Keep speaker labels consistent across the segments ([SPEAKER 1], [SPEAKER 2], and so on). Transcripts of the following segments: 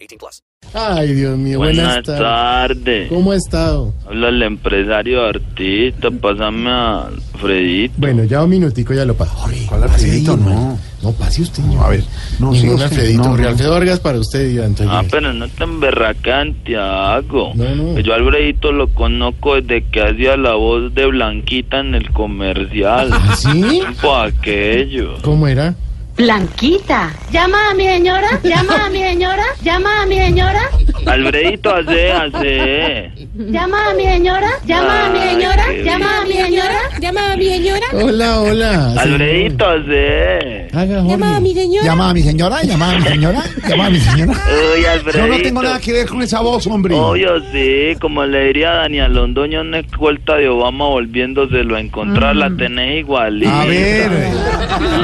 [SPEAKER 1] 18 plus.
[SPEAKER 2] Ay, Dios mío,
[SPEAKER 3] Buenas
[SPEAKER 2] buenas, tardes.
[SPEAKER 3] tardes.
[SPEAKER 2] ¿Cómo ha estado?
[SPEAKER 3] Habla el empresario artista. Pásame a Fredito.
[SPEAKER 2] Bueno, ya un minutico ya lo paso.
[SPEAKER 4] ¿Cuál Alfredito? No.
[SPEAKER 2] No, pase usted. No,
[SPEAKER 4] a ver. No, sí,
[SPEAKER 2] Ningún
[SPEAKER 4] usted,
[SPEAKER 2] Alfredito.
[SPEAKER 4] no,
[SPEAKER 2] Jorge
[SPEAKER 4] no.
[SPEAKER 2] Alfredo Vargas para usted, Iván.
[SPEAKER 3] Ah, pero no tan berracante, hago.
[SPEAKER 2] No, no.
[SPEAKER 3] Yo al Fredito lo conozco desde que hacía la voz de Blanquita en el comercial.
[SPEAKER 2] ¿Ah, sí?
[SPEAKER 3] Tiempo aquello.
[SPEAKER 2] ¿Cómo era?
[SPEAKER 5] Blanquita, llama a mi señora, llama a mi señora, llama a mi señora,
[SPEAKER 3] Alfredito, hace, hace.
[SPEAKER 5] llama a mi señora, llama a mi señora, llama a mi señora, llama a mi señora,
[SPEAKER 2] Hola, hola. señor.
[SPEAKER 3] Alfredito, hace.
[SPEAKER 2] Haga,
[SPEAKER 5] llama a mi
[SPEAKER 2] Jorge.
[SPEAKER 5] señora.
[SPEAKER 4] Llamaba a mi señora, llamaba a mi señora, llamaba a mi señora.
[SPEAKER 3] Uy,
[SPEAKER 4] Yo
[SPEAKER 3] Alfredito.
[SPEAKER 4] no tengo nada que ver con esa voz, hombre.
[SPEAKER 3] Obvio, sí, como le diría Daniel Londoño, una escolta de Obama volviéndoselo a encontrar, la tenés igualita.
[SPEAKER 4] Mm. A ver, eh,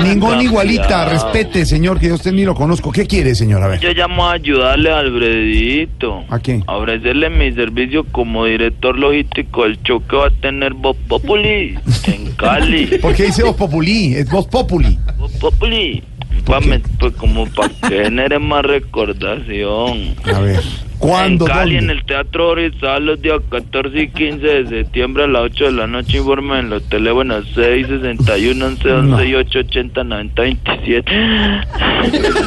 [SPEAKER 4] ningún igualita, respete, señor, que yo a usted ni lo conozco. ¿Qué quiere, señor? A ver.
[SPEAKER 3] Yo llamo a ayudarle a Alfredito.
[SPEAKER 4] ¿A qué?
[SPEAKER 3] A ofrecerle mi servicio como director logístico del show que va a tener Voz Populi en Cali.
[SPEAKER 4] ¿Por qué dice Voz Populi? Es Voz Populi.
[SPEAKER 3] Voz Populi. Pa' me- pues como para que genere más recordación.
[SPEAKER 4] A ver. ¿Cuándo?
[SPEAKER 3] en Cali,
[SPEAKER 4] dónde?
[SPEAKER 3] en el Teatro Orizal, los días 14 y 15 de septiembre a las 8 de la noche. Informe en los teléfonos 6, 61, 11, 11 y 8, 80, 90, 27.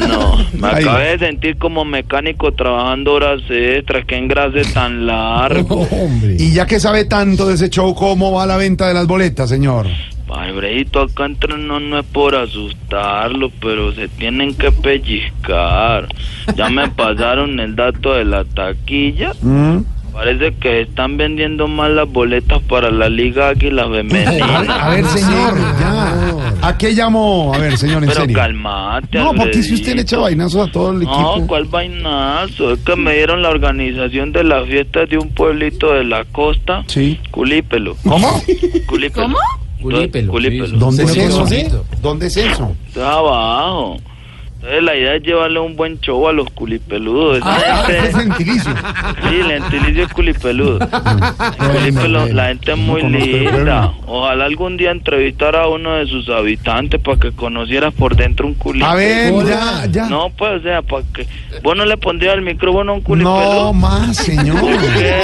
[SPEAKER 3] No, me
[SPEAKER 4] Ay.
[SPEAKER 3] acabé de sentir como mecánico trabajando horas extras. Qué engrase tan largo.
[SPEAKER 2] Oh, hombre.
[SPEAKER 4] Y ya que sabe tanto de ese show, ¿cómo va la venta de las boletas, señor?
[SPEAKER 3] Ay, Breito, acá entre no, no es por asustarlo, pero se tienen que pellizcar. Ya me pasaron el dato de la taquilla.
[SPEAKER 4] ¿Mm?
[SPEAKER 3] Parece que están vendiendo más las boletas para la Liga Águila
[SPEAKER 4] A ver,
[SPEAKER 3] Femenina.
[SPEAKER 4] a ver, señor, ya. ¿A qué llamó? A ver, señor, en
[SPEAKER 3] Pero
[SPEAKER 4] serio.
[SPEAKER 3] calmate.
[SPEAKER 4] No, porque si usted le echa
[SPEAKER 3] Alfredito.
[SPEAKER 4] vainazos a todo el equipo.
[SPEAKER 3] No, ¿cuál vainazo? Es que me dieron la organización de las fiestas de un pueblito de la costa.
[SPEAKER 4] Sí.
[SPEAKER 3] Culípelo.
[SPEAKER 4] ¿Cómo?
[SPEAKER 3] Culípelo. ¿Cómo? Culípelo. Culípelo.
[SPEAKER 4] ¿Dónde
[SPEAKER 2] Sí,
[SPEAKER 4] es eso?
[SPEAKER 2] sí,
[SPEAKER 4] ¿Dónde es eso?
[SPEAKER 3] Está abajo. Entonces la idea es llevarle un buen show a los culipeludos.
[SPEAKER 4] Ah,
[SPEAKER 3] Esa
[SPEAKER 4] es
[SPEAKER 3] gente-
[SPEAKER 4] gentilicio.
[SPEAKER 3] Sí, lentilicio es culipeludo. Culipelo,
[SPEAKER 4] no, no.
[SPEAKER 3] la gente es
[SPEAKER 4] No
[SPEAKER 3] muy
[SPEAKER 4] conozco el
[SPEAKER 3] linda.
[SPEAKER 4] pueblo.
[SPEAKER 3] Ojalá algún día entrevistara a uno de sus habitantes para que conocieras por dentro un culipelo.
[SPEAKER 4] A ver, ya, ya.
[SPEAKER 3] No, pues, o sea, para que... ¿Vos no le pondrías el micrófono a un
[SPEAKER 4] No
[SPEAKER 3] culipelo?
[SPEAKER 4] más, señor.
[SPEAKER 3] ¿Por qué?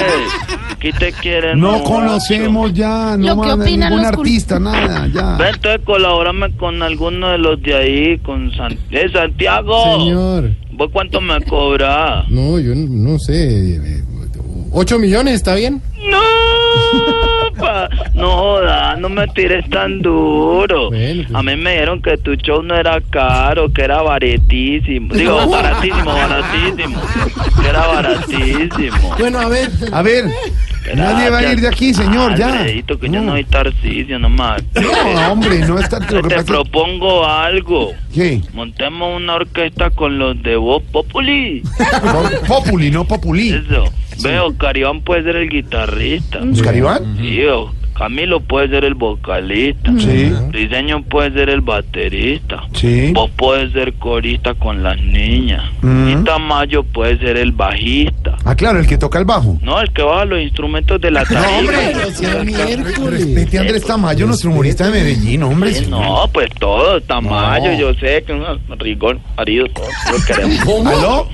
[SPEAKER 3] ¿Qué te quieren?
[SPEAKER 4] No
[SPEAKER 3] mucho?
[SPEAKER 4] conocemos ya, no
[SPEAKER 5] Lo que
[SPEAKER 4] más
[SPEAKER 5] opinan
[SPEAKER 4] ningún
[SPEAKER 5] los cul-
[SPEAKER 4] artista, nada,
[SPEAKER 3] Ve,
[SPEAKER 4] ya.
[SPEAKER 3] entonces colaborame con alguno de los de ahí, con San... ¡Eh, Santiago!
[SPEAKER 2] Señor.
[SPEAKER 3] ¿Vos cuánto me cobras?
[SPEAKER 2] No, yo no, no sé. eh, ¿Ocho millones está bien?
[SPEAKER 3] No, pa- no joda, no me tires tan duro.
[SPEAKER 2] Bueno, pues.
[SPEAKER 3] A mí me dijeron que tu show no era caro, que era baratísimo. Digo, baratísimo, baratísimo. Que era baratísimo.
[SPEAKER 2] Bueno, a ver.
[SPEAKER 4] A ver, nadie va a ir de aquí, señor, ya.
[SPEAKER 3] Alfredito, que yo no
[SPEAKER 4] No,
[SPEAKER 3] soy Tarcisio, nomás.
[SPEAKER 4] no, hombre, no está. Lo que
[SPEAKER 3] Te
[SPEAKER 4] pasa es-
[SPEAKER 3] propongo algo.
[SPEAKER 4] ¿Qué?
[SPEAKER 3] Montemos una orquesta con los de Voz Populi.
[SPEAKER 4] Po- Populi, no Populi.
[SPEAKER 3] Eso. Veo, Caribán puede ser el guitarrista.
[SPEAKER 4] ¿Oscar Iván?
[SPEAKER 3] Sí, o- Camilo puede ser el vocalista.
[SPEAKER 4] Sí.
[SPEAKER 3] Diseño puede ser el baterista.
[SPEAKER 4] Sí.
[SPEAKER 3] Vos puedes ser corista con las niñas.
[SPEAKER 4] Mm.
[SPEAKER 3] Y Tamayo puede ser el bajista.
[SPEAKER 4] Ah, claro, el que toca el bajo.
[SPEAKER 3] No, el que baja los instrumentos de la tarima.
[SPEAKER 2] Pero si es miércoles.
[SPEAKER 4] Vete Andrés Tamayo, nuestro humorista de Medellín, hombre.
[SPEAKER 3] Sí, No, pues todo, Tamayo,
[SPEAKER 4] No.
[SPEAKER 3] yo sé que es un rigor, marido, todos lo queremos.
[SPEAKER 4] ¿Aló?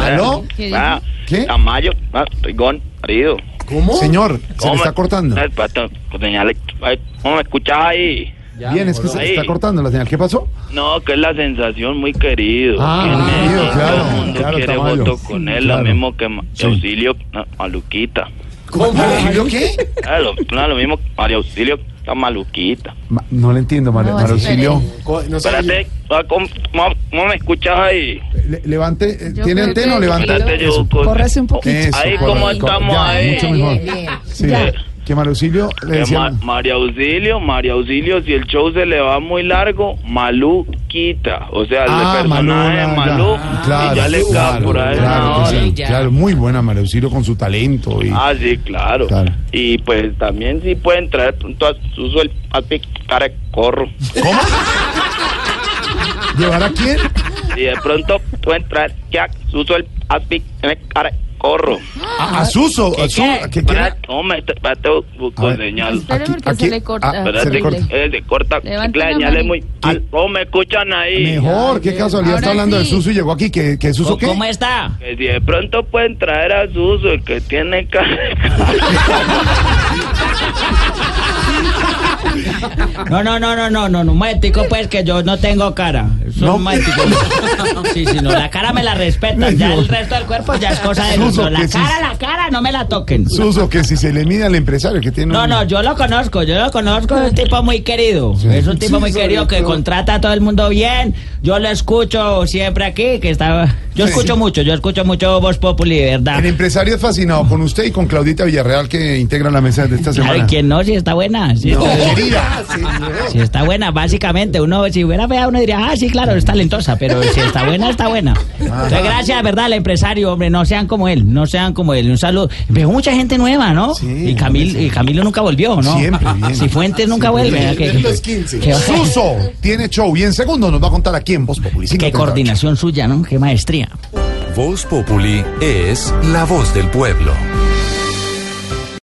[SPEAKER 4] ¿Aló?
[SPEAKER 3] Ah,
[SPEAKER 4] ¿Qué?
[SPEAKER 3] Tamayo, ah, rigor, marido.
[SPEAKER 5] Oh.
[SPEAKER 2] ¿Cómo?
[SPEAKER 4] Señor, se
[SPEAKER 3] ¿Cómo
[SPEAKER 4] le
[SPEAKER 3] me-
[SPEAKER 4] está cortando.
[SPEAKER 3] Ay, pato, eh, pues, señale, ay, ¿Cómo me escuchas ahí?
[SPEAKER 4] Bien, es que se le está
[SPEAKER 3] Ahí.
[SPEAKER 4] cortando la señal. ¿Qué pasó?
[SPEAKER 3] No, que es la sensación muy querido.
[SPEAKER 4] Ah,
[SPEAKER 3] Que en
[SPEAKER 4] muy
[SPEAKER 3] Medellín
[SPEAKER 4] querido, claro,
[SPEAKER 3] Todo el mundo
[SPEAKER 4] claro,
[SPEAKER 3] quiere
[SPEAKER 4] Tamayo.
[SPEAKER 3] voto con él,
[SPEAKER 4] Claro.
[SPEAKER 3] lo mismo que, Ma- que
[SPEAKER 4] Sí.
[SPEAKER 3] auxilio ah, Maluquita.
[SPEAKER 4] ¿Cómo? ¿Yo qué?
[SPEAKER 3] Ah, lo, no, lo mismo, María Auxilio está maluquita.
[SPEAKER 4] Ma- no le entiendo, Mar Mar Auxilio.
[SPEAKER 2] Co- No sé.
[SPEAKER 3] Espérate, ah, ¿cómo, cómo- cómo me escuchas ahí?
[SPEAKER 4] Le- levante, eh, ¿tiene antena o
[SPEAKER 3] Espérate,
[SPEAKER 4] levante?
[SPEAKER 3] yo. Córrese un
[SPEAKER 4] Eso,
[SPEAKER 3] Ahí,
[SPEAKER 4] corre,
[SPEAKER 3] ¿cómo
[SPEAKER 4] corre.
[SPEAKER 3] estamos
[SPEAKER 4] Ya,
[SPEAKER 3] ahí?
[SPEAKER 4] Mucho mejor. Sí, que Mar Auxilio le decía.
[SPEAKER 3] María Auxilio, María Auxilio, si el show se le va muy largo, Maluquita. chiquita. O sea,
[SPEAKER 4] Ah,
[SPEAKER 3] el personaje de
[SPEAKER 4] Maluma, ya.
[SPEAKER 3] Malú.
[SPEAKER 4] Claro,
[SPEAKER 3] y ya le cae
[SPEAKER 4] claro,
[SPEAKER 3] por ahí
[SPEAKER 4] claro
[SPEAKER 3] una
[SPEAKER 4] que
[SPEAKER 3] hora.
[SPEAKER 4] sí,
[SPEAKER 6] Ya.
[SPEAKER 4] claro, muy buena Mareuciro con su talento. Y,
[SPEAKER 3] Ah, sí, claro.
[SPEAKER 4] Claro.
[SPEAKER 3] Y pues también sí pueden traer pronto a Suso el papi cara de corro.
[SPEAKER 4] ¿Llevar a quién?
[SPEAKER 3] Y de pronto pueden traer ya Suso el papi cara de corro.
[SPEAKER 4] A, a Suso. A Su-
[SPEAKER 6] qué?
[SPEAKER 4] ¿a qué quiere?
[SPEAKER 3] Espera, no me espérate,
[SPEAKER 4] A
[SPEAKER 3] busco
[SPEAKER 4] ver.
[SPEAKER 3] señal.
[SPEAKER 7] Espere porque se le corta.
[SPEAKER 4] ah,
[SPEAKER 3] Espérate,
[SPEAKER 4] se le corta.
[SPEAKER 3] eh, se corta.
[SPEAKER 7] Levante
[SPEAKER 3] La
[SPEAKER 7] la
[SPEAKER 3] señal es
[SPEAKER 7] mano.
[SPEAKER 3] muy. Al- Oh, me escuchan ahí.
[SPEAKER 4] Mejor, qué casualidad,
[SPEAKER 7] Ahora
[SPEAKER 4] está hablando de
[SPEAKER 7] sí.
[SPEAKER 4] Suso y llegó aquí. ¿Qué, qué Suso qué?
[SPEAKER 6] ¿Cómo está?
[SPEAKER 3] Que si de pronto pueden traer a Suso, el que tiene cara de
[SPEAKER 6] No, no, no, no, no, no, no, maetico, pues que yo no tengo cara. Soy
[SPEAKER 4] No.
[SPEAKER 6] un maetico. Sí, sí, no, la cara me la respetan, ya el resto del cuerpo ya es cosa de
[SPEAKER 4] Suso,
[SPEAKER 6] nosotros. La
[SPEAKER 4] que sí.
[SPEAKER 6] cara, la cara, no me la toquen.
[SPEAKER 4] Suso, que si se le mide al empresario que tiene.
[SPEAKER 6] No,
[SPEAKER 4] un-
[SPEAKER 6] no, yo lo conozco, yo lo conozco, es un tipo muy querido. Es un tipo
[SPEAKER 4] Sí,
[SPEAKER 6] muy
[SPEAKER 4] sobre
[SPEAKER 6] querido que
[SPEAKER 4] todo.
[SPEAKER 6] contrata a todo el mundo bien. Yo lo escucho siempre aquí, que está... Yo
[SPEAKER 4] Sí.
[SPEAKER 6] escucho mucho, yo escucho mucho Voz Populi, de ¿verdad?
[SPEAKER 4] El empresario es fascinado con usted y con Claudita Villarreal que integra la mesa de esta
[SPEAKER 6] Claro, ¿y
[SPEAKER 4] semana.
[SPEAKER 6] quién no? Si está buena. Si,
[SPEAKER 4] No,
[SPEAKER 6] está,
[SPEAKER 4] querida.
[SPEAKER 6] si está buena, básicamente. Uno, si hubiera fea, uno diría, ah, sí, claro, es talentosa, pero si está buena, está buena. Entonces, gracias, ¿verdad? Al empresario, hombre, no sean como él, no sean como él. Un saludo. Veo mucha gente nueva, ¿no?
[SPEAKER 4] Sí,
[SPEAKER 6] y, Camil, y Camilo nunca volvió, ¿no?
[SPEAKER 4] Siempre viene.
[SPEAKER 6] Si Fuentes nunca
[SPEAKER 4] Siempre
[SPEAKER 6] vuelve. ¿verdad? Que- que-
[SPEAKER 4] Suso tiene show y en segundos nos va a contar aquí en Voz Populi.
[SPEAKER 6] Qué
[SPEAKER 4] 538.
[SPEAKER 6] coordinación suya, ¿no? Qué maestría.
[SPEAKER 8] Voz Populi es la voz del pueblo.